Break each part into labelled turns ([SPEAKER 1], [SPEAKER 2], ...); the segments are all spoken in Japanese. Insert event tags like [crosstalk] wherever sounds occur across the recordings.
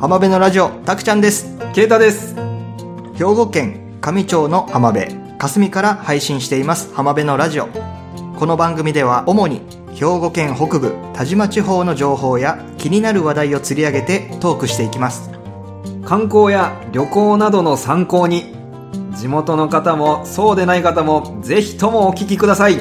[SPEAKER 1] 浜辺のラジオたくちゃんです
[SPEAKER 2] ケイタです。
[SPEAKER 1] 兵庫県上町の浜辺霞から配信しています浜辺のラジオこの番組では主に兵庫県北部田島地方の情報や気になる話題を釣り上げてトークしていきます
[SPEAKER 2] 観光や旅行などの参考に、地元の方もそうでない方もぜひともお聞きください。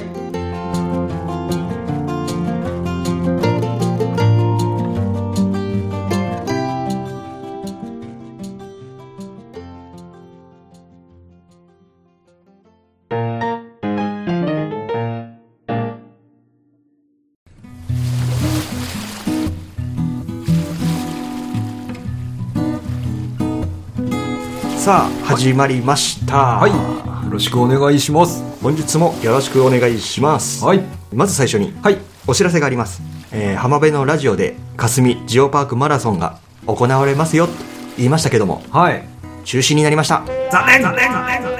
[SPEAKER 1] さあ始まりました、
[SPEAKER 2] はい。よろしくお願いします。
[SPEAKER 1] 本日もよろしくお願いします、
[SPEAKER 2] はい。
[SPEAKER 1] まず最初に
[SPEAKER 2] はい。
[SPEAKER 1] お知らせがあります、えー浜辺のラジオで霞ジオパークマラソンが行われますよと言いましたけども
[SPEAKER 2] はい。
[SPEAKER 1] 中止になりました
[SPEAKER 2] 残念残念残念残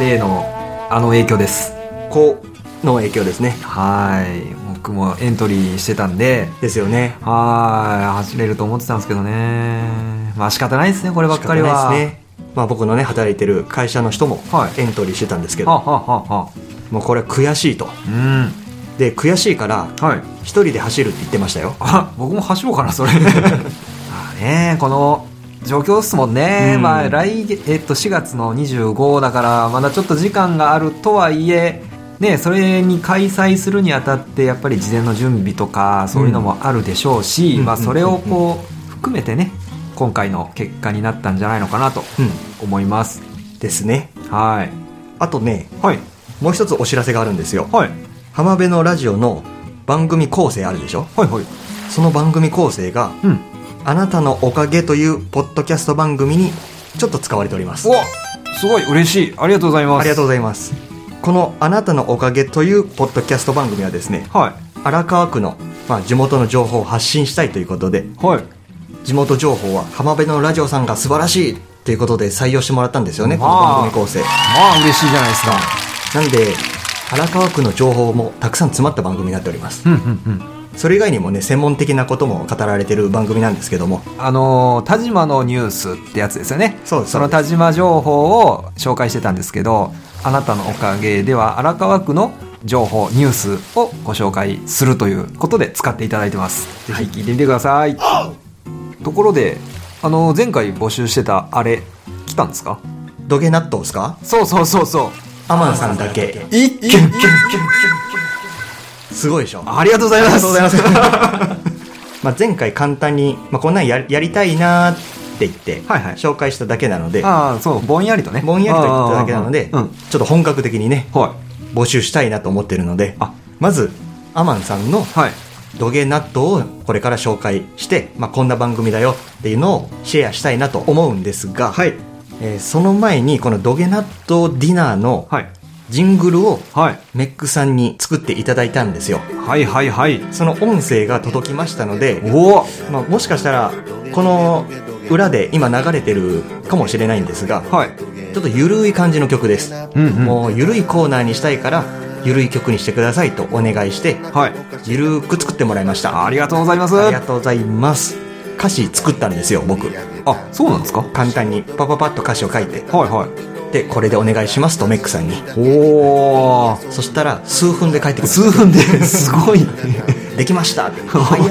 [SPEAKER 2] 念例のあの影響です。
[SPEAKER 1] こうの影響ですね
[SPEAKER 2] はい。僕もエントリーしてたんで、
[SPEAKER 1] ですよね
[SPEAKER 2] はい。走れると思ってたんですけどね。まあ仕方ないですね、こればっかり
[SPEAKER 1] 仕
[SPEAKER 2] は。
[SPEAKER 1] 方ないですねまあ、僕のね働いてる会社の人も
[SPEAKER 2] はい
[SPEAKER 1] エントリーしてたんですけど、
[SPEAKER 2] はあ、はあはあはあ、
[SPEAKER 1] もうこれは悔しいと
[SPEAKER 2] うん。
[SPEAKER 1] で悔しいから
[SPEAKER 2] はい。
[SPEAKER 1] 一人で走るって言ってましたよ
[SPEAKER 2] あ、僕も走ろうかな、 [laughs] それ。まあね、この状況ですもんね。
[SPEAKER 1] うん
[SPEAKER 2] まあ、来月、えっと、4月の25だから、まだちょっと時間があるとはいえ、ね、それに開催するにあたって、やっぱり事前の準備とか、そういうのもあるでしょうし、
[SPEAKER 1] うん
[SPEAKER 2] まあ、
[SPEAKER 1] うん
[SPEAKER 2] それをこう、含めてね、今回の結果になったんじゃないのかなと
[SPEAKER 1] うん
[SPEAKER 2] 思います。
[SPEAKER 1] ですね
[SPEAKER 2] はい。
[SPEAKER 1] あとね
[SPEAKER 2] はい。
[SPEAKER 1] もう一つお知らせがあるんですよ
[SPEAKER 2] はい。
[SPEAKER 1] 浜辺のラジオの番組構成あるでしょ
[SPEAKER 2] はいはい。
[SPEAKER 1] その番組構成が
[SPEAKER 2] うん。
[SPEAKER 1] 「あなたのおかげ」というポッドキャスト番組にちょっと使われております
[SPEAKER 2] おすごい嬉しい。ありがとうございます。
[SPEAKER 1] ありがとうございますこの「あなたのおかげ」というポッドキャスト番組はですね
[SPEAKER 2] はい。
[SPEAKER 1] 荒川区の、まあ、地元の情報を発信したいということで
[SPEAKER 2] はい。
[SPEAKER 1] 地元情報は浜辺のラジオさんが素晴らしいということで採用してもらったんですよねこの
[SPEAKER 2] わあ
[SPEAKER 1] 番組構成
[SPEAKER 2] まあ嬉しいじゃないですか。
[SPEAKER 1] なんで荒川区の情報もたくさん詰まった番組になっております
[SPEAKER 2] うんうんうん。
[SPEAKER 1] それ以外にもね専門的なことも語られてる番組なんですけども
[SPEAKER 2] あのー田島のニュースってやつですよね。
[SPEAKER 1] そうです
[SPEAKER 2] の田島情報を紹介してたんですけど、あなたのおかげでは荒川区の情報、ニュースをご紹介するということで使っていただいてます。ぜひ聞いてみてください。ところで、あのー前回募集してたあれ、来たんですか
[SPEAKER 1] 土下納豆ですか
[SPEAKER 2] そうそうそうそ
[SPEAKER 1] アマンさんだけ
[SPEAKER 2] う。いい
[SPEAKER 1] すごいでしょ
[SPEAKER 2] ありがとうございます。
[SPEAKER 1] ありがとうござい [laughs] ます。まあ前回簡単に、まあ、こんなんややりたいなーって言って、
[SPEAKER 2] はいはい
[SPEAKER 1] 紹介しただけなので、
[SPEAKER 2] ああ、そう、ぼんやりとね。
[SPEAKER 1] ぼんやりと言っただけなので、
[SPEAKER 2] うん。
[SPEAKER 1] ちょっと本格的にね、
[SPEAKER 2] は
[SPEAKER 1] 募集したいなと思ってるので、
[SPEAKER 2] あ
[SPEAKER 1] まず、アマンさんの
[SPEAKER 2] い。はい。
[SPEAKER 1] 土下納豆をこれから紹介して、まあ、こんな番組だよっていうのをシェアしたいなと思うんですが、
[SPEAKER 2] はい
[SPEAKER 1] えーその前にこの土下納豆ディナーの
[SPEAKER 2] はい。
[SPEAKER 1] ジングルを
[SPEAKER 2] はい。
[SPEAKER 1] メックさんに作っていただいたんですよ。
[SPEAKER 2] はいはいはい。
[SPEAKER 1] その音声が届きましたので、
[SPEAKER 2] おお
[SPEAKER 1] まあ、もしかしたらこの裏で今流れてるかもしれないんですが、
[SPEAKER 2] はい。
[SPEAKER 1] ちょっとゆるい感じの曲です、
[SPEAKER 2] うんうん。
[SPEAKER 1] もうゆるいコーナーにしたいからゆるい曲にしてくださいとお願いして
[SPEAKER 2] はい。
[SPEAKER 1] ゆるく作ってもらいました
[SPEAKER 2] あ
[SPEAKER 1] あ
[SPEAKER 2] りがとうございます。
[SPEAKER 1] りがとうございます歌詞作ったんですよ僕
[SPEAKER 2] あ、そうなんですか
[SPEAKER 1] 簡単にパパパッと歌詞を書いて
[SPEAKER 2] はいはい。
[SPEAKER 1] でこれでお願いしますとメックさんに
[SPEAKER 2] おお
[SPEAKER 1] そしたら数分で帰ってくる
[SPEAKER 2] 数
[SPEAKER 1] [laughs]
[SPEAKER 2] 分ですごいね。
[SPEAKER 1] できま
[SPEAKER 2] [laughs]
[SPEAKER 1] したって早っ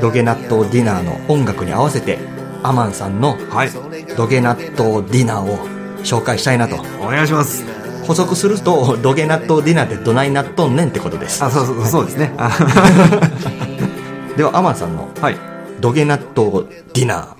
[SPEAKER 1] 土下納豆ディナーの音楽に合わせてアマンさんの
[SPEAKER 2] はい。
[SPEAKER 1] 土下納豆ディナーを紹介したいなと
[SPEAKER 2] お願いします。
[SPEAKER 1] 補足すると土下納豆ディナーってどない納豆ねんってことです
[SPEAKER 2] あ、そうそう、そうですね。 [laughs] あ
[SPEAKER 1] ではアマンさんの
[SPEAKER 2] はい。
[SPEAKER 1] 土下納豆ディナー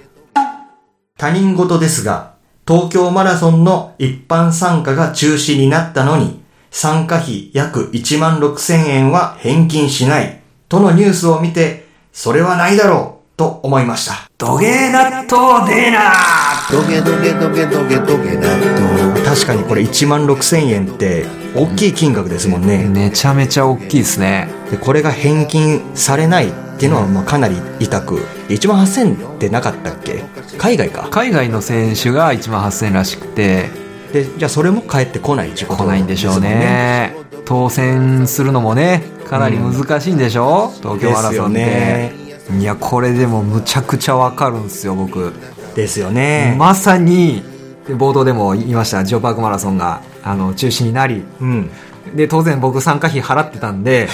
[SPEAKER 1] 他人事ですが東京マラソンの一般参加が中止になったのに参加費約1万6000円は返金しないとのニュースを見てそれはないだろうと思いました
[SPEAKER 2] 土下納豆ディナー
[SPEAKER 3] どげどげどげどげどげ納豆
[SPEAKER 1] 確かにこれ1万6000円って大きい金額ですもんね、
[SPEAKER 2] めちゃめちゃ大きいですね。
[SPEAKER 1] でこれが返金されないっていうのはまあかなり痛く1万8000ってなかったっけ海外か
[SPEAKER 2] 海外の選手が1万8000らしくて、
[SPEAKER 1] でじゃあそれも返ってこないってこと
[SPEAKER 2] 来ないんでしょうね。当選するのもね、かなり難しいんでしょ、う東
[SPEAKER 1] で
[SPEAKER 2] 京マラ
[SPEAKER 1] す
[SPEAKER 2] ソ
[SPEAKER 1] よ
[SPEAKER 2] ンで。
[SPEAKER 1] ね
[SPEAKER 2] いやこれでもむちゃくちゃわかるんですよ僕
[SPEAKER 1] ですよね。
[SPEAKER 2] まさにで冒頭でも言いましたジオパークマラソンがあの中止になり
[SPEAKER 1] うん。
[SPEAKER 2] で当然僕参加費払ってたん [laughs] で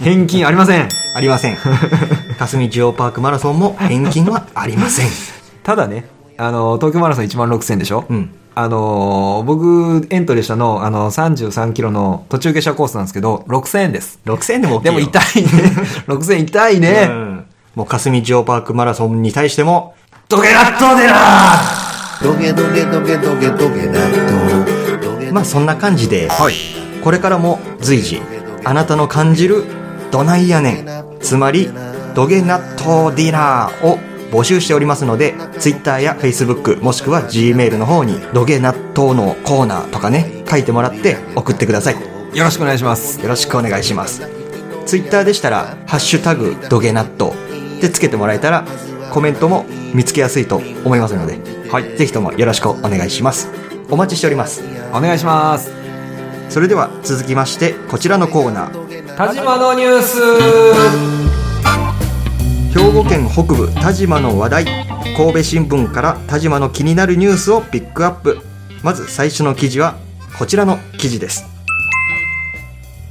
[SPEAKER 2] 返金ありません
[SPEAKER 1] ありま [laughs] せん。霞ジオパークマラソンも [laughs] 返金はありません。
[SPEAKER 2] ただねあの東京マラソン1万6000でしょ、
[SPEAKER 1] うん。
[SPEAKER 2] あの僕エントリーしたのあの33キロの途中下車コースなんですけど6000円です
[SPEAKER 1] 6000円でも OK よ
[SPEAKER 2] でも痛 [laughs] いね6000円痛いね、
[SPEAKER 1] うんもう霞ジオパークマラソンに対しても、
[SPEAKER 2] どけなっとうでな
[SPEAKER 3] どげどげどげどげどげ納豆どげ
[SPEAKER 1] まあそんな感じで、
[SPEAKER 2] はい
[SPEAKER 1] これからも随時、あなたの感じるどないやねん、つまり、どげ納豆ディナーを募集しておりますので、Twitter や Facebook、もしくは Gmail の方に、どげ納豆のコーナーとかね、書いてもらって送ってください。
[SPEAKER 2] よろしくお願いします
[SPEAKER 1] よろしくお願いします。ツイッターでしたら、ハッシュタグ、ドゲ納豆でつけてもらえたら、コメントも見つけやすいと思いますので、はい、ぜひともよろしくお願いします。お待ちしております。
[SPEAKER 2] お願いします
[SPEAKER 1] それでは続きまして、こちらのコーナー。
[SPEAKER 2] 田島のニュース
[SPEAKER 1] 兵庫県北部田島の話題。神戸新聞から田島の気になるニュースをピックアップ。まず最初の記事は、こちらの記事です。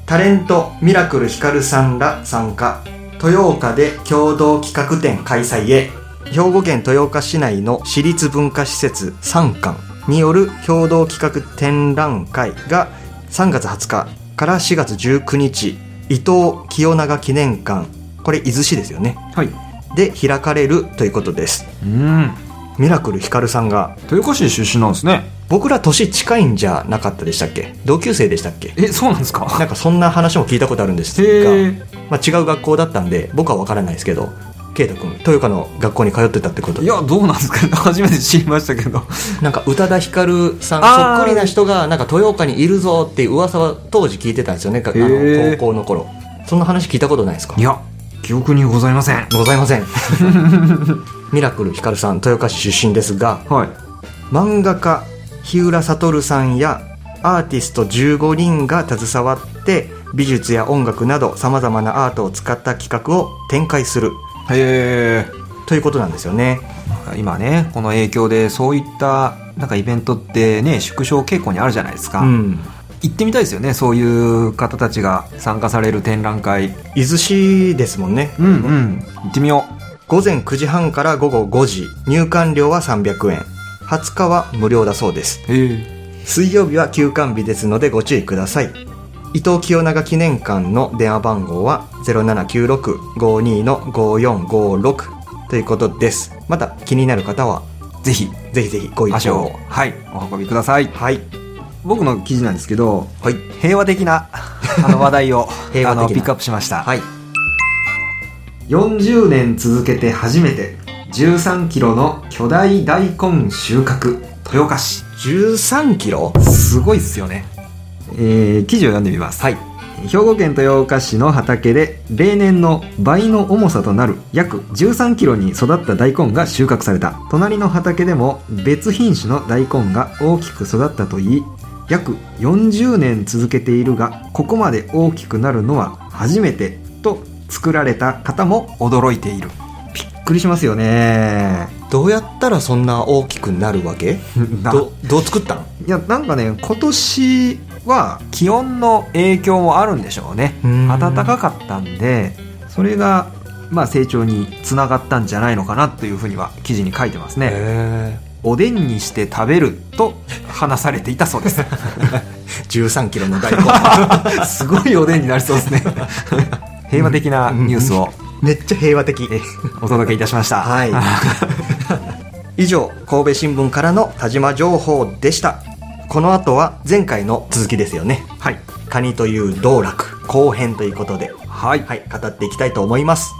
[SPEAKER 1] タレントミラクルひかるさんら参加豊岡で共同企画展開催へ兵庫県豊岡市内の私立文化施設三館による共同企画展覧会が3月20日から4月19日伊藤清永記念館これ伊豆市ですよね
[SPEAKER 2] はい
[SPEAKER 1] で開かれるということです
[SPEAKER 2] うん
[SPEAKER 1] ミラクルひかるさんが
[SPEAKER 2] 豊岡市出身なんですね
[SPEAKER 1] 僕ら年近いんじゃなかったでしたっけ同級生でしたっけ
[SPEAKER 2] えそうなんですか
[SPEAKER 1] なんかそんな話も聞いたことあるんですが
[SPEAKER 2] へえ
[SPEAKER 1] まあ、違う学校だったんで僕は分からないですけど圭太君豊岡の学校に通ってたってこと
[SPEAKER 2] い
[SPEAKER 1] で
[SPEAKER 2] やどうなんですか [laughs] 初めて知りましたけど
[SPEAKER 1] なんか宇多田ヒカルさん
[SPEAKER 2] あー
[SPEAKER 1] そっくりな人がなんか豊岡にいるぞっていう噂は当時聞いてたんですよねかあ
[SPEAKER 2] へ
[SPEAKER 1] の
[SPEAKER 2] ー
[SPEAKER 1] 高校の頃そんな話聞いたことないですか
[SPEAKER 2] いや記憶にございません
[SPEAKER 1] ございません [laughs] ミラクルヒカルさん豊岡市出身ですが
[SPEAKER 2] はい
[SPEAKER 1] 漫画家日浦悟さんやアーティスト15人が携わって美術や音楽などさまざまなアートを使った企画を展開する
[SPEAKER 2] へえ
[SPEAKER 1] ということなんですよね
[SPEAKER 2] 今ねこの影響でそういったなんかイベントってね縮小傾向にあるじゃないですか、
[SPEAKER 1] うん
[SPEAKER 2] 行ってみたいですよねそういう方たちが参加される展覧会
[SPEAKER 1] 伊豆市ですもんね
[SPEAKER 2] うんうん行ってみよ
[SPEAKER 1] 午前9時半から午後5時入館料は300円20日は無料だそうです
[SPEAKER 2] うへえ
[SPEAKER 1] 水曜日は休館日ですのでご注意ください伊藤清永記念館の電話番号は0796-52-5456ということですまた気になる方は
[SPEAKER 2] ぜひ
[SPEAKER 1] ぜひぜひご一
[SPEAKER 2] 足
[SPEAKER 1] 報
[SPEAKER 2] を
[SPEAKER 1] を
[SPEAKER 2] はいお運びください
[SPEAKER 1] はい
[SPEAKER 2] 僕の記事なんですけど
[SPEAKER 1] はい
[SPEAKER 2] 平和
[SPEAKER 1] [laughs]
[SPEAKER 2] 的なあの話題を
[SPEAKER 1] 平和的な
[SPEAKER 2] あのピックアップしました、
[SPEAKER 1] はい
[SPEAKER 2] 40年続けて初めて1 3キロの巨大大根収穫豊岡市
[SPEAKER 1] 13キロ
[SPEAKER 2] すごいっすよね、えー記事を読んでみます、
[SPEAKER 1] はい
[SPEAKER 2] 兵庫県豊岡市の畑で例年の倍の重さとなる約1 3キロに育った大根が収穫された隣の畑でも別品種の大根が大きく育ったといい約40年続けているがここまで大きくなるのは初めてと作られた方も驚いているびっくりしますよね
[SPEAKER 1] どうやったらそんな大きくなるわけ
[SPEAKER 2] な
[SPEAKER 1] どどう作ったん
[SPEAKER 2] いやなんかね今年は気温の影響もあるんでしょうね
[SPEAKER 1] うん
[SPEAKER 2] 暖かかったんでそれがまあ成長につながったんじゃないのかなというふうには記事に書いてますね
[SPEAKER 1] へ
[SPEAKER 2] おでんにして食べると話されていたそう
[SPEAKER 1] [laughs]
[SPEAKER 2] です
[SPEAKER 1] え13キロの大
[SPEAKER 2] [laughs]
[SPEAKER 1] 根
[SPEAKER 2] すごいおでんになりそうで
[SPEAKER 1] [laughs]
[SPEAKER 2] すね平和的なニュースを
[SPEAKER 1] めっちゃ平和的
[SPEAKER 2] お届けいたしました
[SPEAKER 1] はい [laughs] 以上神戸新聞からの田島情報でしたこの後は前回の続きですよね
[SPEAKER 2] はい
[SPEAKER 1] カニという道楽後編ということで
[SPEAKER 2] はい、
[SPEAKER 1] はい語っていきたいと思います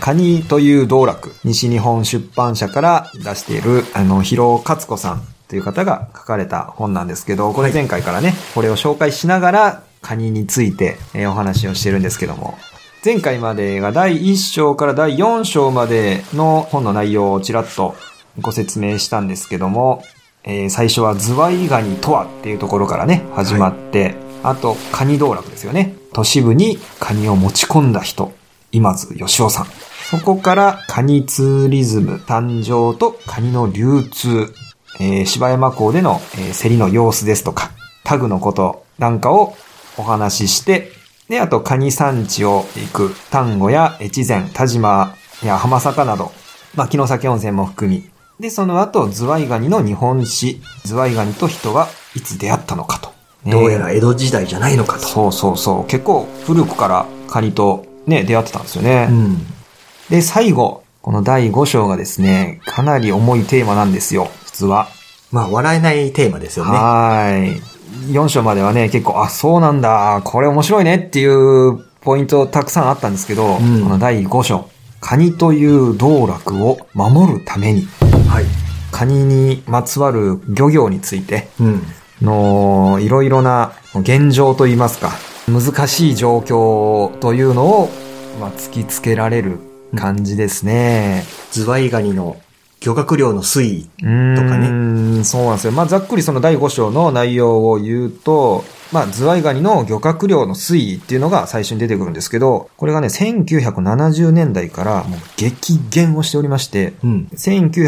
[SPEAKER 2] カニという道楽、西日本出版社から出している、あの、広尾勝子さんという方が書かれた本なんですけど、これ前回からね、これを紹介しながら、カニについて、えーお話をしてるんですけども、前回までが第1章から第4章までの本の内容をちらっとご説明したんですけども、えー最初はズワイガニとはっていうところからね、始まって、あと、カニ道楽ですよね。都市部にカニを持ち込んだ人、今津義雄さん。そこからカニツーリズム誕生とカニの流通、えー芝山港での、えー競りの様子ですとか、タグのことなんかをお話しして、で、あとカニ産地を行く丹後や越前、田島や浜坂など、まあ、木の酒温泉も含み、で、その後、ズワイガニの日本史、ズワイガニと人はいつ出会ったのかと。ね
[SPEAKER 1] どうやら江戸時代じゃないのかと。
[SPEAKER 2] そうそうそう。結構古くからカニとね、出会ってたんですよね。
[SPEAKER 1] うん。
[SPEAKER 2] で、最後、この第5章がですね、かなり重いテーマなんですよ、普通は。
[SPEAKER 1] まあ、笑えないテーマですよね。
[SPEAKER 2] はーい。4章まではね、結構、あ、そうなんだ、これ面白いねっていうポイントたくさんあったんですけど、
[SPEAKER 1] うん
[SPEAKER 2] この第5章、カニという道楽を守るために、
[SPEAKER 1] はい。
[SPEAKER 2] カニにまつわる漁業について、
[SPEAKER 1] うん。
[SPEAKER 2] の、いろいろな現状といいますか、難しい状況というのを、まあ、突きつけられる感じですね。
[SPEAKER 1] ズワイガニの漁獲量の推移。
[SPEAKER 2] うーん。
[SPEAKER 1] とか
[SPEAKER 2] ね。そうなんですよ。まあ、ざっくりその第5章の内容を言うと、まあ、ズワイガニの漁獲量の推移っていうのが最初に出てくるんですけど、これがね、1970年代からもう激減をしておりまして、
[SPEAKER 1] うん。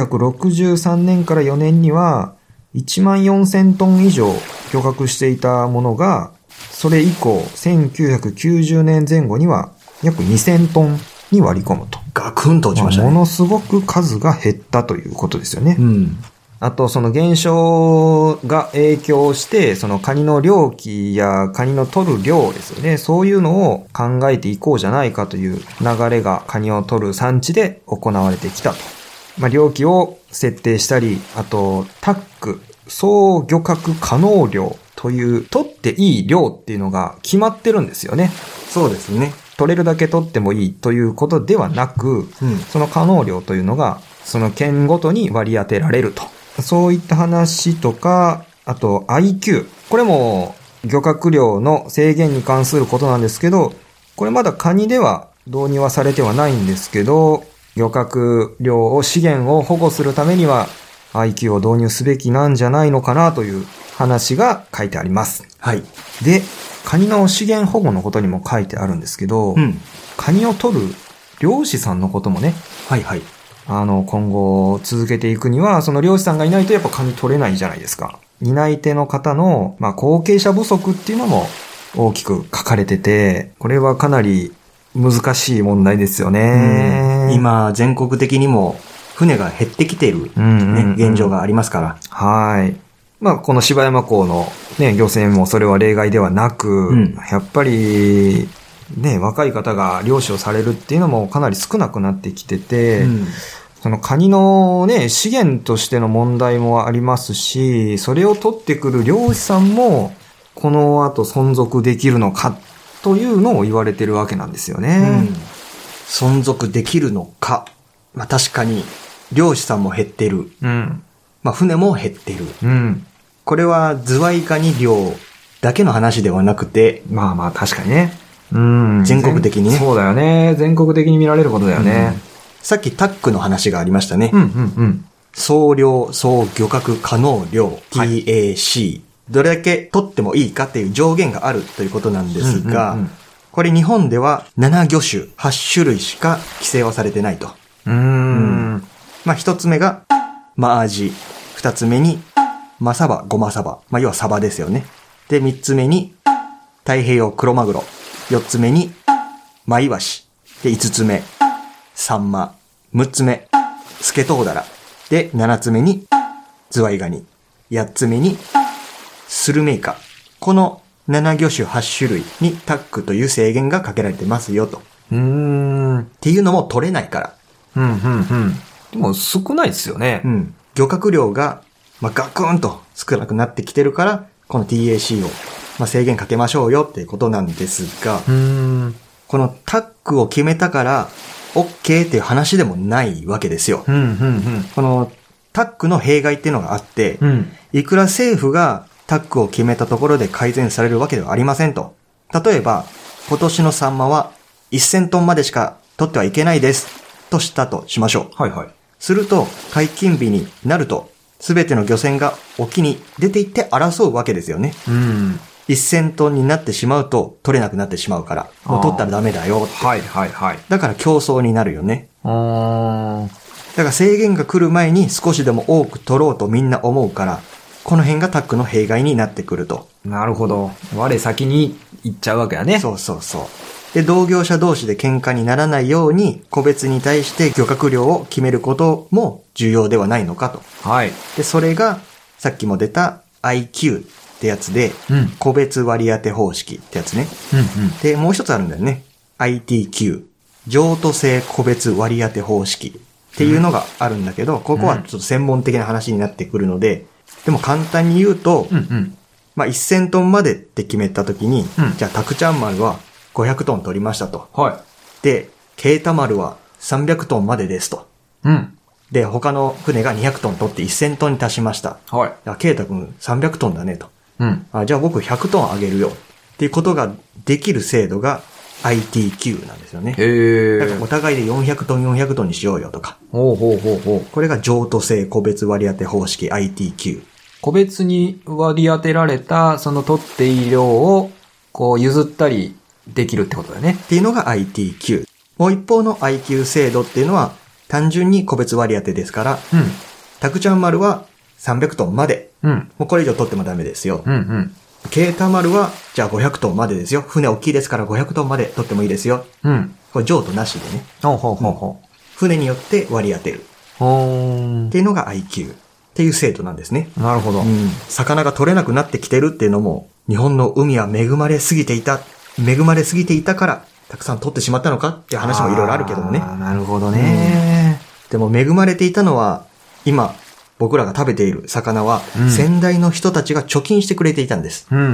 [SPEAKER 2] 1963年から4年には、1万4000トン以上漁獲していたものが、それ以降、1990年前後には、約2000トンに割り込むと。
[SPEAKER 1] ガクンと落ちました
[SPEAKER 2] まあも
[SPEAKER 1] ね。
[SPEAKER 2] のすごく数が減ったということですよね。
[SPEAKER 1] うん。
[SPEAKER 2] あと、その減少が影響して、そのカニの量期やカニの取る量ですよね。そういうのを考えていこうじゃないかという流れがカニを取る産地で行われてきたと。まあ、量期を設定したり、あと、タック、総漁獲可能量という、取っていい量っていうのが決まってるんですよね。
[SPEAKER 1] そうですね。
[SPEAKER 2] 取れるだけ取ってもいいということではなく、
[SPEAKER 1] うん。
[SPEAKER 2] その可能量というのが、その県ごとに割り当てられると。そういった話とか、あと IQ。これも漁獲量の制限に関することなんですけど、これまだカニでは導入はされてはないんですけど、漁獲量を資源を保護するためには IQ を導入すべきなんじゃないのかなという話が書いてあります。
[SPEAKER 1] はい。
[SPEAKER 2] で、カニの資源保護のことにも書いてあるんですけど、
[SPEAKER 1] うん。
[SPEAKER 2] カニを取る漁師さんのこともね、
[SPEAKER 1] はいはい。
[SPEAKER 2] あの、今後続けていくには、その漁師さんがいないとやっぱカニ取れないじゃないですか。担い手の方の、まあ、後継者不足っていうのも大きく書かれてて、これはかなり難しい問題ですよね
[SPEAKER 1] う。ん、今、全国的にも船が減ってきている、ね
[SPEAKER 2] うんうんうん
[SPEAKER 1] 現状がありますから。
[SPEAKER 2] はい。まあ、この芝山港のね、漁船もそれは例外ではなく、
[SPEAKER 1] ん
[SPEAKER 2] やっぱり、ね、若い方が漁師をされるっていうのもかなり少なくなってきてて、
[SPEAKER 1] うん
[SPEAKER 2] そのカニのね、資源としての問題もありますし、それを取ってくる漁師さんも、この後存続できるのか、というのを言われてるわけなんですよね。
[SPEAKER 1] 存続できるのか。まあ確かに、漁師さんも減ってる。
[SPEAKER 2] うん。
[SPEAKER 1] まあ船も減ってる。
[SPEAKER 2] うん。
[SPEAKER 1] これはズワイガニ漁だけの話ではなくて、
[SPEAKER 2] まあまあ、確かにね。うん。
[SPEAKER 1] 全国的にね
[SPEAKER 2] そうだよね。全国的に見られることだよね。
[SPEAKER 1] さっきタックの話がありましたね。
[SPEAKER 2] うん、うん、うん。
[SPEAKER 1] 総量、総漁獲可能量、
[SPEAKER 2] はい
[SPEAKER 1] TAC。どれだけ取ってもいいかっていう上限があるということなんですが、
[SPEAKER 2] うんうんうん
[SPEAKER 1] これ日本では7魚種、8種類しか規制はされてないと。
[SPEAKER 2] うーん。
[SPEAKER 1] まあ、一つ目が、マアジ。二つ目に、マサバ、ゴマサバ。まあ、要はサバですよね。で、三つ目に、太平洋クロマグロ。四つ目に、マイワシ。で、五つ目、サンマ。六つ目、スケトウダラ。で、七つ目に、ズワイガニ。八つ目に、スルメイカ。この7魚種8種類にタックという制限がかけられてますよと。っ
[SPEAKER 2] うーん。うん、
[SPEAKER 1] ていうのも取れないから。
[SPEAKER 2] うん、うん。でも少ないですよね。
[SPEAKER 1] うん。漁獲量が、まあ、ガクンと少なくなってきてるから、この TAC を、まあ、制限かけましょうよっていうことなんですが、
[SPEAKER 2] うーん。
[SPEAKER 1] このタックを決めたから、OK っていう話でもないわけですよ
[SPEAKER 2] うん、う。ん、
[SPEAKER 1] このタックの弊害っていうのがあって
[SPEAKER 2] う、ん。うん。
[SPEAKER 1] いくら政府がタックを決めたところで改善されるわけではありませんと。例えば、今年のサンマは1000トンまでしか取ってはいけないです、としたとしましょう。
[SPEAKER 2] はいはい。
[SPEAKER 1] すると、解禁日になると、すべての漁船が沖に出て行って争うわけですよね。
[SPEAKER 2] うん。
[SPEAKER 1] 1000トンになってしまうと取れなくなってしまうから、も
[SPEAKER 2] あー
[SPEAKER 1] う取ったらダメだよ。
[SPEAKER 2] はいはいはい。
[SPEAKER 1] だから競争になるよね。
[SPEAKER 2] うーん。
[SPEAKER 1] だから制限が来る前に少しでも多く取ろうとみんな思うから、この辺がタックの弊害になってくると。
[SPEAKER 2] なるほど。我先に行っちゃうわけやね。
[SPEAKER 1] そうそうそう。で、同業者同士で喧嘩にならないように、個別に対して漁獲量を決めることも重要ではないのかと。
[SPEAKER 2] はい。
[SPEAKER 1] で、それが、さっきも出た IQ ってやつで、
[SPEAKER 2] うん。うん
[SPEAKER 1] 個別割り当て方式ってやつね。で、もう一つあるんだよね。ITQ。譲渡性個別割り当て方式っていうのがあるんだけど、ここはちょっと専門的な話になってくるので、でも簡単に言うと、
[SPEAKER 2] うん。うんうん。
[SPEAKER 1] まあ、1000トンまでって決めたときに、
[SPEAKER 2] うん
[SPEAKER 1] じゃあ、タクちゃん丸は500トン取りましたと。
[SPEAKER 2] は
[SPEAKER 1] で、ケータ丸は300トンまでですと。
[SPEAKER 2] い。うん。
[SPEAKER 1] で、他の船が200トン取って1000トンに達しました。
[SPEAKER 2] はい。
[SPEAKER 1] いや、ケータ君300トンだねと。
[SPEAKER 2] うん。
[SPEAKER 1] あじゃあ僕100トンあげるよ。っていうことができる制度が ITQ なんですよね。
[SPEAKER 2] へ
[SPEAKER 1] だからお
[SPEAKER 2] え。
[SPEAKER 1] 互いで400トン400トンにしようよとか。
[SPEAKER 2] ほうほうほうほう。
[SPEAKER 1] これが譲渡性個別割り当て方式 ITQ。
[SPEAKER 2] 個別に割り当てられた、その取っていい量を、こう、譲ったりできるってことだよね
[SPEAKER 1] っ。ていうのが ITQ。もう一方の IQ 制度っていうのは、単純に個別割り当てですから、タクちゃん丸は300トンまで。
[SPEAKER 2] うん。うん。
[SPEAKER 1] もうこれ以上取ってもダメですよ
[SPEAKER 2] う。んうん。
[SPEAKER 1] ケータ丸は、じゃあ500トンまでですよ。船大きいですから500トンまで取ってもいいですよ。
[SPEAKER 2] うん。
[SPEAKER 1] これ譲渡なしでね。
[SPEAKER 2] ほうほうほうほう。
[SPEAKER 1] 船によって割り当てる。
[SPEAKER 2] ほーん
[SPEAKER 1] っていうのが IQ。っていう制度なんですね。
[SPEAKER 2] なるほど。
[SPEAKER 1] うん。魚が取れなくなってきてるっていうのも、日本の海は恵まれすぎていた。恵まれすぎていたから、たくさん取ってしまったのかっていう話もいろいろあるけどもね。
[SPEAKER 2] ーなるほどね。
[SPEAKER 1] でも恵まれていたのは、今、僕らが食べている魚は、
[SPEAKER 2] うん
[SPEAKER 1] 先代の人たちが貯金してくれていたんです。
[SPEAKER 2] うん、うん、う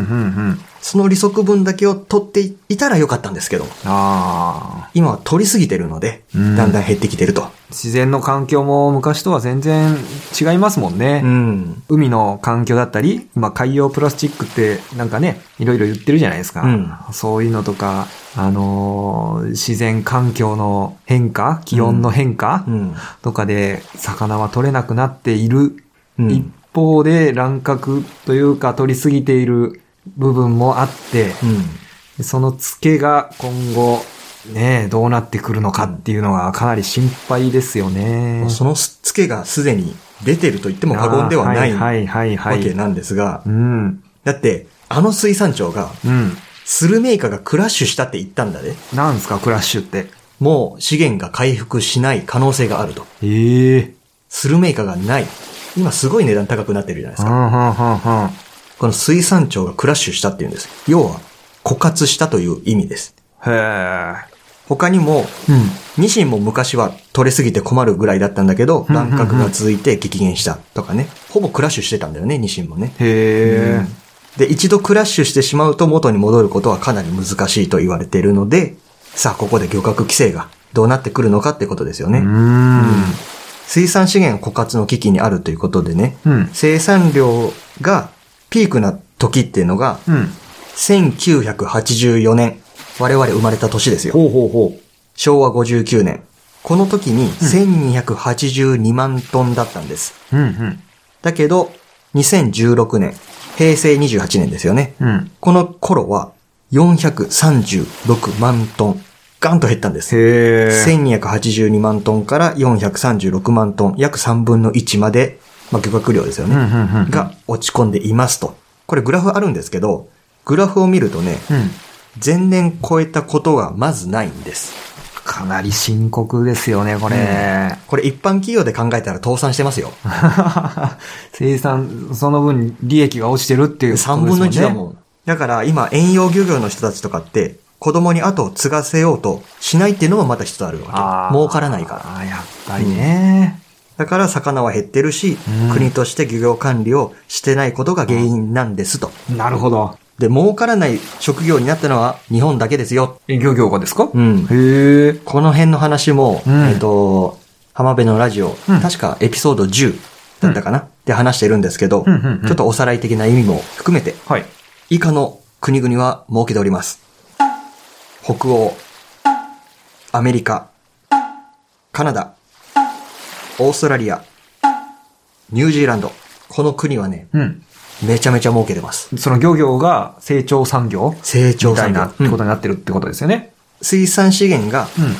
[SPEAKER 2] ん。
[SPEAKER 1] その利息分だけを取っていたらよかったんですけど、
[SPEAKER 2] ああ。
[SPEAKER 1] 今は取りすぎてるので、
[SPEAKER 2] うん
[SPEAKER 1] だんだん減ってきてると。
[SPEAKER 2] 自然の環境も昔とは全然違いますもんね。
[SPEAKER 1] うん。
[SPEAKER 2] 海の環境だったり、まあ、海洋プラスチックってなんかね、いろいろ言ってるじゃないですか。
[SPEAKER 1] うん
[SPEAKER 2] そういうのとか、あのー自然環境の変化、気温の変化
[SPEAKER 1] うん。
[SPEAKER 2] とかで、魚は取れなくなっている。
[SPEAKER 1] うん
[SPEAKER 2] 一方で、乱獲というか、取りすぎている部分もあって、
[SPEAKER 1] うん。
[SPEAKER 2] そのツケが今後、ね、どうなってくるのかっていうのがかなり心配ですよね。
[SPEAKER 1] そのツケがすでに出てると言っても過言ではない
[SPEAKER 2] あー
[SPEAKER 1] わ
[SPEAKER 2] はいはいはい、はい。
[SPEAKER 1] けなんですが
[SPEAKER 2] う、ん。
[SPEAKER 1] だって、あの水産庁が、
[SPEAKER 2] うん。
[SPEAKER 1] スルメイカがクラッシュしたって言ったんだね。
[SPEAKER 2] なんですか、クラッシュって。
[SPEAKER 1] もう資源が回復しない可能性があると。
[SPEAKER 2] ええ
[SPEAKER 1] スルメイカがない。今すごい値段高くなってるじゃないです
[SPEAKER 2] は
[SPEAKER 1] か。
[SPEAKER 2] んはんはんはん。
[SPEAKER 1] この水産庁がクラッシュしたっていうんです。要は、枯渇したという意味です。
[SPEAKER 2] へ
[SPEAKER 1] 他にも、
[SPEAKER 2] え。うん。
[SPEAKER 1] ニシンも昔は取れすぎて困るぐらいだったんだけど、
[SPEAKER 2] うんうんうん
[SPEAKER 1] 乱獲が続いて激減したとかね。ほぼクラッシュしてたんだよね、ニシンもね。
[SPEAKER 2] へえ。
[SPEAKER 1] で、一度クラッシュしてしまうと元に戻ることはかなり難しいと言われているので、さあ、ここで漁獲規制がどうなってくるのかってことですよね。
[SPEAKER 2] うーん。
[SPEAKER 1] 水産資源枯渇の危機にあるということでね、
[SPEAKER 2] うん。
[SPEAKER 1] 生産量がピークな時っていうのが、
[SPEAKER 2] うん。
[SPEAKER 1] 1984年、我々生まれた年ですよ。
[SPEAKER 2] ほうほうほ
[SPEAKER 1] 昭和59年。この時に1282万トンだったんです。
[SPEAKER 2] う。うんうん。
[SPEAKER 1] だけど、2016年、平成28年ですよね。
[SPEAKER 2] うん。
[SPEAKER 1] この頃は436万トン。ガンと減ったんです。
[SPEAKER 2] へえ。
[SPEAKER 1] 1282万トンから436万トン、約3分の1まで、まあ、漁獲量ですよ
[SPEAKER 2] うんうん
[SPEAKER 1] ね、
[SPEAKER 2] うん。
[SPEAKER 1] が落ち込んでいますと。これグラフあるんですけど、グラフを見るとね、
[SPEAKER 2] うん。
[SPEAKER 1] 前年超えたことがまずないんです。
[SPEAKER 2] かなり深刻ですよね、これ。
[SPEAKER 1] これ一般企業で考えたら倒産してますよ。
[SPEAKER 2] [laughs] 生産、その分利益が落ちてるっていうことです
[SPEAKER 1] 3
[SPEAKER 2] もんね。
[SPEAKER 1] 分の1だもん。だから今、遠洋漁業の人たちとかって、子供に後を継がせようとしないっていうのもまた一つあるわ
[SPEAKER 2] あ
[SPEAKER 1] け。
[SPEAKER 2] ー
[SPEAKER 1] 儲からないから。
[SPEAKER 2] あーやっぱりね。
[SPEAKER 1] だから魚は減ってるし、
[SPEAKER 2] うん
[SPEAKER 1] 国として漁業管理をしてないことが原因なんですと。
[SPEAKER 2] なるほど。
[SPEAKER 1] で、儲からない職業になったのは日本だけですよ。
[SPEAKER 2] え漁業がですか
[SPEAKER 1] うん。
[SPEAKER 2] へえ。
[SPEAKER 1] この辺の話も、
[SPEAKER 2] うん
[SPEAKER 1] えっと、浜辺のラジオ、
[SPEAKER 2] うん
[SPEAKER 1] 確かエピソード10だったかな、で話してるんですけど、
[SPEAKER 2] うんうんうん
[SPEAKER 1] ちょっとおさらい的な意味も含めて、
[SPEAKER 2] はい。
[SPEAKER 1] 以下の国々は設けております。北欧、アメリカ、カナダ、オーストラリア、ニュージーランド。この国はね、
[SPEAKER 2] うん。
[SPEAKER 1] めちゃめちゃ儲けてます。
[SPEAKER 2] その漁業が成長産業
[SPEAKER 1] 成長
[SPEAKER 2] みたい
[SPEAKER 1] 産業
[SPEAKER 2] なってことになってるってことですよね。
[SPEAKER 1] 水産資源が
[SPEAKER 2] うん。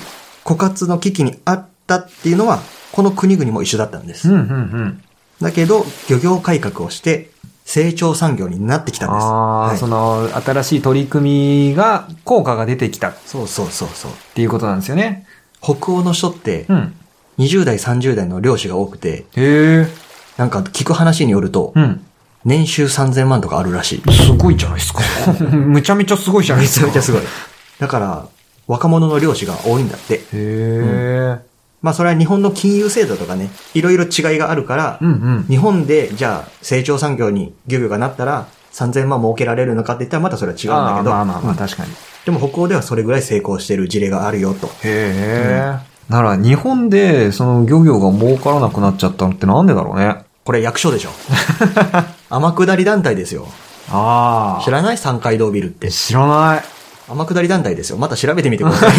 [SPEAKER 1] 枯渇の危機にあったっていうのは、この国々も一緒だったんです。
[SPEAKER 2] うん、うん、うん。
[SPEAKER 1] だけど、漁業改革をして、成長産業になってきたんです。
[SPEAKER 2] ああ、
[SPEAKER 1] はい
[SPEAKER 2] その、新しい取り組みが、効果が出てきたっ
[SPEAKER 1] そうそうそうそう。
[SPEAKER 2] ていうことなんですよね。
[SPEAKER 1] 北欧の人って
[SPEAKER 2] う、ん。
[SPEAKER 1] 20代、30代の漁師が多くて、
[SPEAKER 2] へえ。
[SPEAKER 1] なんか聞く話によると
[SPEAKER 2] う、ん。
[SPEAKER 1] 年収3000万とかあるらしい。
[SPEAKER 2] すごいじゃないですか。 [laughs] むちゃめちゃすごいじゃない
[SPEAKER 1] め
[SPEAKER 2] で
[SPEAKER 1] ち
[SPEAKER 2] す
[SPEAKER 1] ゃ
[SPEAKER 2] か。
[SPEAKER 1] めちゃす
[SPEAKER 2] ごい。
[SPEAKER 1] ごい。だから、若者の漁師が多いんだって。
[SPEAKER 2] へえ。
[SPEAKER 1] まあそれは日本の金融制度とかね、いろいろ違いがあるから、
[SPEAKER 2] うん、うん。
[SPEAKER 1] 日本でじゃあ成長産業に漁業がなったら3000万儲けられるのかって言ったらまたそれは違うんだ
[SPEAKER 2] あ
[SPEAKER 1] け
[SPEAKER 2] あ
[SPEAKER 1] ど、
[SPEAKER 2] まあまあまあ、
[SPEAKER 1] うん
[SPEAKER 2] 確かに。
[SPEAKER 1] でも北欧ではそれぐらい成功してる事例があるよと。
[SPEAKER 2] へえ。なら、日本で、その漁業が儲からなくなっちゃったのってなんでだろうね。
[SPEAKER 1] これ役所で
[SPEAKER 2] [laughs]
[SPEAKER 1] しょ。天下り団体ですよ。
[SPEAKER 2] ああ。
[SPEAKER 1] 知らない三階堂ビルって。
[SPEAKER 2] 知らない。
[SPEAKER 1] 天下り団体ですよ。また調べてみてく
[SPEAKER 2] [laughs]
[SPEAKER 1] ださい。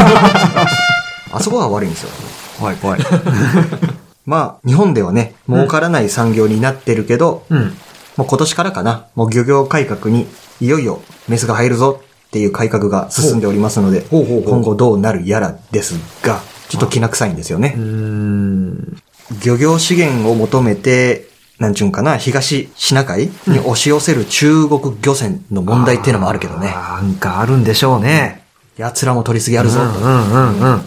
[SPEAKER 1] あそこが悪いんですよ。
[SPEAKER 2] 怖い怖い。
[SPEAKER 1] まあ、日本ではね、儲からない産業になってるけど、
[SPEAKER 2] うん。
[SPEAKER 1] [laughs] もう今年からかな、もう漁業改革にいよいよメスが入るぞっていう改革が進んでおりますので、
[SPEAKER 2] ほうほうほう
[SPEAKER 1] 今後どうなるやらですが、ちょっときな臭いんですよね
[SPEAKER 2] うー。ん。
[SPEAKER 1] 漁業資源を求めて、なんちゅうんかな、東シナ海に押し寄せる中国漁船の問題っていうのもあるけどね。
[SPEAKER 2] あーなんかあるんでしょうね。
[SPEAKER 1] 奴らも取りすぎあ
[SPEAKER 2] あ
[SPEAKER 1] るぞ
[SPEAKER 2] う
[SPEAKER 1] と。
[SPEAKER 2] んうんうんうん。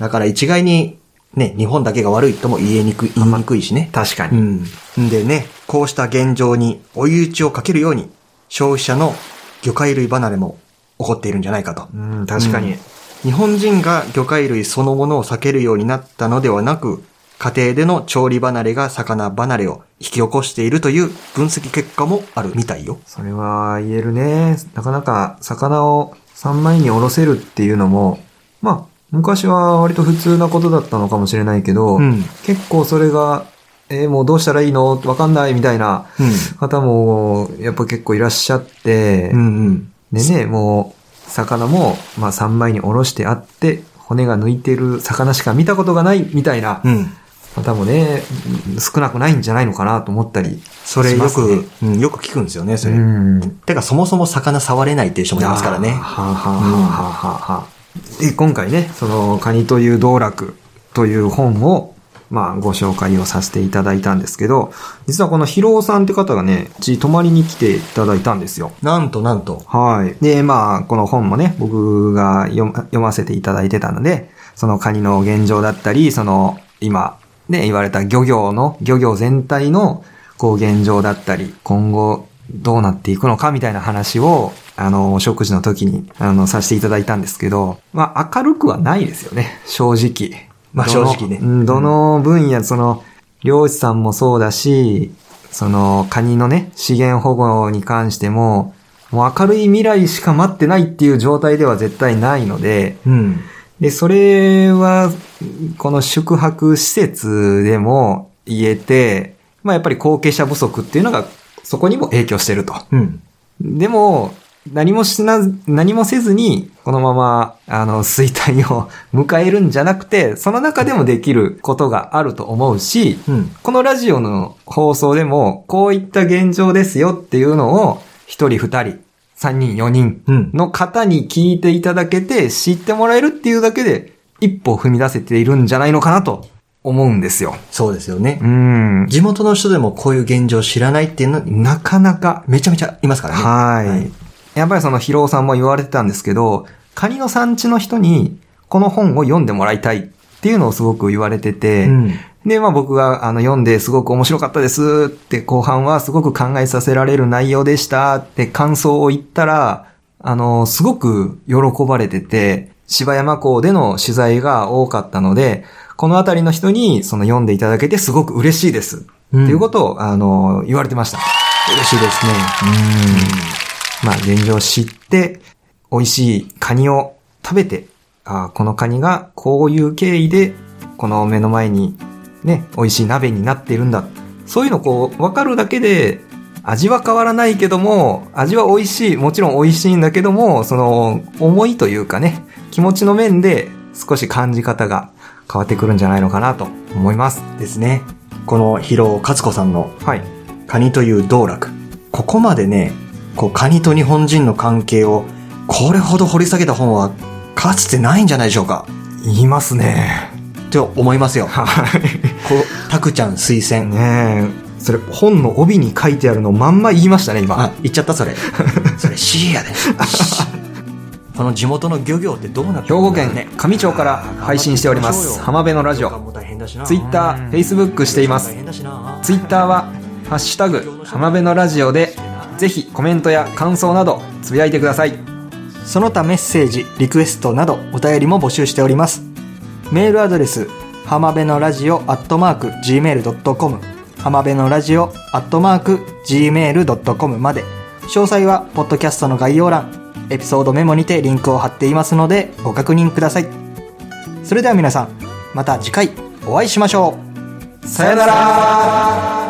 [SPEAKER 1] だから一概に、ね、日本だけが悪いとも言えにくい、言いにくいしね。
[SPEAKER 2] 確か
[SPEAKER 1] う
[SPEAKER 2] に。
[SPEAKER 1] ん。んでね、こうした現状に追い打ちをかけるように、消費者の魚介類離れも起こっているんじゃないかと。
[SPEAKER 2] うん、確かに。
[SPEAKER 1] 日本人が魚介類そのものを避けるようになったのではなく、家庭での調理離れが魚離れを引き起こしているという分析結果もあるみたいよ。
[SPEAKER 2] それは言えるね。なかなか魚を三枚におろせるっていうのも、まあ、昔は割と普通なことだったのかもしれないけど、
[SPEAKER 1] うん。
[SPEAKER 2] 結構それが、えーもうどうしたらいいのわかんないみたいな
[SPEAKER 1] う
[SPEAKER 2] 方も、やっぱ結構いらっしゃって、
[SPEAKER 1] ん。うんうん。
[SPEAKER 2] でね、もう、魚も、まあ、三枚におろしてあって、骨が抜いてる魚しか見たことがないみたいな
[SPEAKER 1] うん。
[SPEAKER 2] 方もね、うん少なくないんじゃないのかなと思ったりします、
[SPEAKER 1] それよく、
[SPEAKER 2] ね、
[SPEAKER 1] うん、よく聞くんですよね、それ。
[SPEAKER 2] うん。
[SPEAKER 1] てか、そもそも魚触れないっていう人もいますから
[SPEAKER 2] あー
[SPEAKER 1] ね。
[SPEAKER 2] はあ、はあはあはあはあで、今回ね、その、カニという道楽という本を、まあ、ご紹介をさせていただいたんですけど、実はこの広尾さんって方がね、うち泊まりに来ていただいたんですよ。
[SPEAKER 1] なんとなんと。
[SPEAKER 2] はい。で、まあ、この本もね、僕が読ま読ませていただいてたので、そのカニの現状だったり、その、今、ね、言われた漁業の、漁業全体の、こう、現状だったり、今後、どうなっていくのかみたいな話を、あの、お食事の時に、あの、させていただいたんですけど、まあ、明るくはないですよね、正直。
[SPEAKER 1] まあ
[SPEAKER 2] どの
[SPEAKER 1] 正直ね
[SPEAKER 2] うんどの分野、その、漁師さんもそうだし、その、カニのね、資源保護に関しても、もう明るい未来しか待ってないっていう状態では絶対ないので、
[SPEAKER 1] うん。
[SPEAKER 2] で、それは、この宿泊施設でも言えて、まあやっぱり後継者不足っていうのが、そこにも影響してると。
[SPEAKER 1] うん。
[SPEAKER 2] でも、何もしな、何もせずに、このまま、あの、衰退を [laughs] 迎えるんじゃなくて、その中でもできることがあると思うし、
[SPEAKER 1] うん。
[SPEAKER 2] このラジオの放送でも、こういった現状ですよっていうのを、一人二人、三人四人
[SPEAKER 1] うん。
[SPEAKER 2] の方に聞いていただけて、知ってもらえるっていうだけで、一歩踏み出せているんじゃないのかなと思うんですよ。
[SPEAKER 1] そうですよね
[SPEAKER 2] う。ん。
[SPEAKER 1] 地元の人でもこういう現状知らないっていうの、
[SPEAKER 2] なかなか
[SPEAKER 1] めちゃめちゃいますからね。
[SPEAKER 2] はい。
[SPEAKER 1] はい
[SPEAKER 2] やっぱりその広尾さんも言われてたんですけど、カニの産地の人にこの本を読んでもらいたいっていうのをすごく言われてて、
[SPEAKER 1] うん。
[SPEAKER 2] で、まあ僕があの読んですごく面白かったですって後半はすごく考えさせられる内容でしたって感想を言ったら、あの、すごく喜ばれてて、芝山港での取材が多かったので、この辺りの人にその読んでいただけてすごく嬉しいです。
[SPEAKER 1] うん
[SPEAKER 2] っていうことを、あの、言われてました。
[SPEAKER 1] 嬉しいですね。
[SPEAKER 2] うん。まあ、現状を知って、美味しいカニを食べて、あーこのカニがこういう経緯で、この目の前にね、美味しい鍋になっているんだ。そういうのこう、わかるだけで、味は変わらないけども、味は美味しい、もちろん美味しいんだけども、その、思いというかね、気持ちの面で、少し感じ方が変わってくるんじゃないのかなと思います。
[SPEAKER 1] ですね。この広尾勝子さんの
[SPEAKER 2] はい。
[SPEAKER 1] カニという道楽。ここまでね、こうカニと日本人の関係をこれほど掘り下げた本はかつてないんじゃないでしょうか。
[SPEAKER 2] 言いますね。
[SPEAKER 1] って思いますよ。
[SPEAKER 2] はい。
[SPEAKER 1] こう、たくちゃん推薦。
[SPEAKER 2] ねえ。それ本の帯に書いてあるのをまんま言いましたね、今。
[SPEAKER 1] あ、言っちゃったそ
[SPEAKER 2] [laughs]
[SPEAKER 1] れ。それ C やで。この地元の漁業ってどうなって
[SPEAKER 2] 兵
[SPEAKER 1] るん
[SPEAKER 2] 庫
[SPEAKER 1] だろう
[SPEAKER 2] 県
[SPEAKER 1] ね。
[SPEAKER 2] 上町から配信しております。浜辺のラジオ。Twitter、Facebook しています。Twitter は、ハッシュタグ、浜辺のラジオで、ぜひコメントや感想など、つぶやいてください。
[SPEAKER 1] その他メッセージ、リクエストなどお便りも募集しております。メールアドレス、浜辺のラジオアットマーク gmail.com 浜辺のラジオアットマーク gmail.com まで。詳細はポッドキャストの概要欄、エピソードメモにてリンクを貼っていますのでご確認ください。それでは皆さん、また次回お会いしましょう。
[SPEAKER 2] さよなら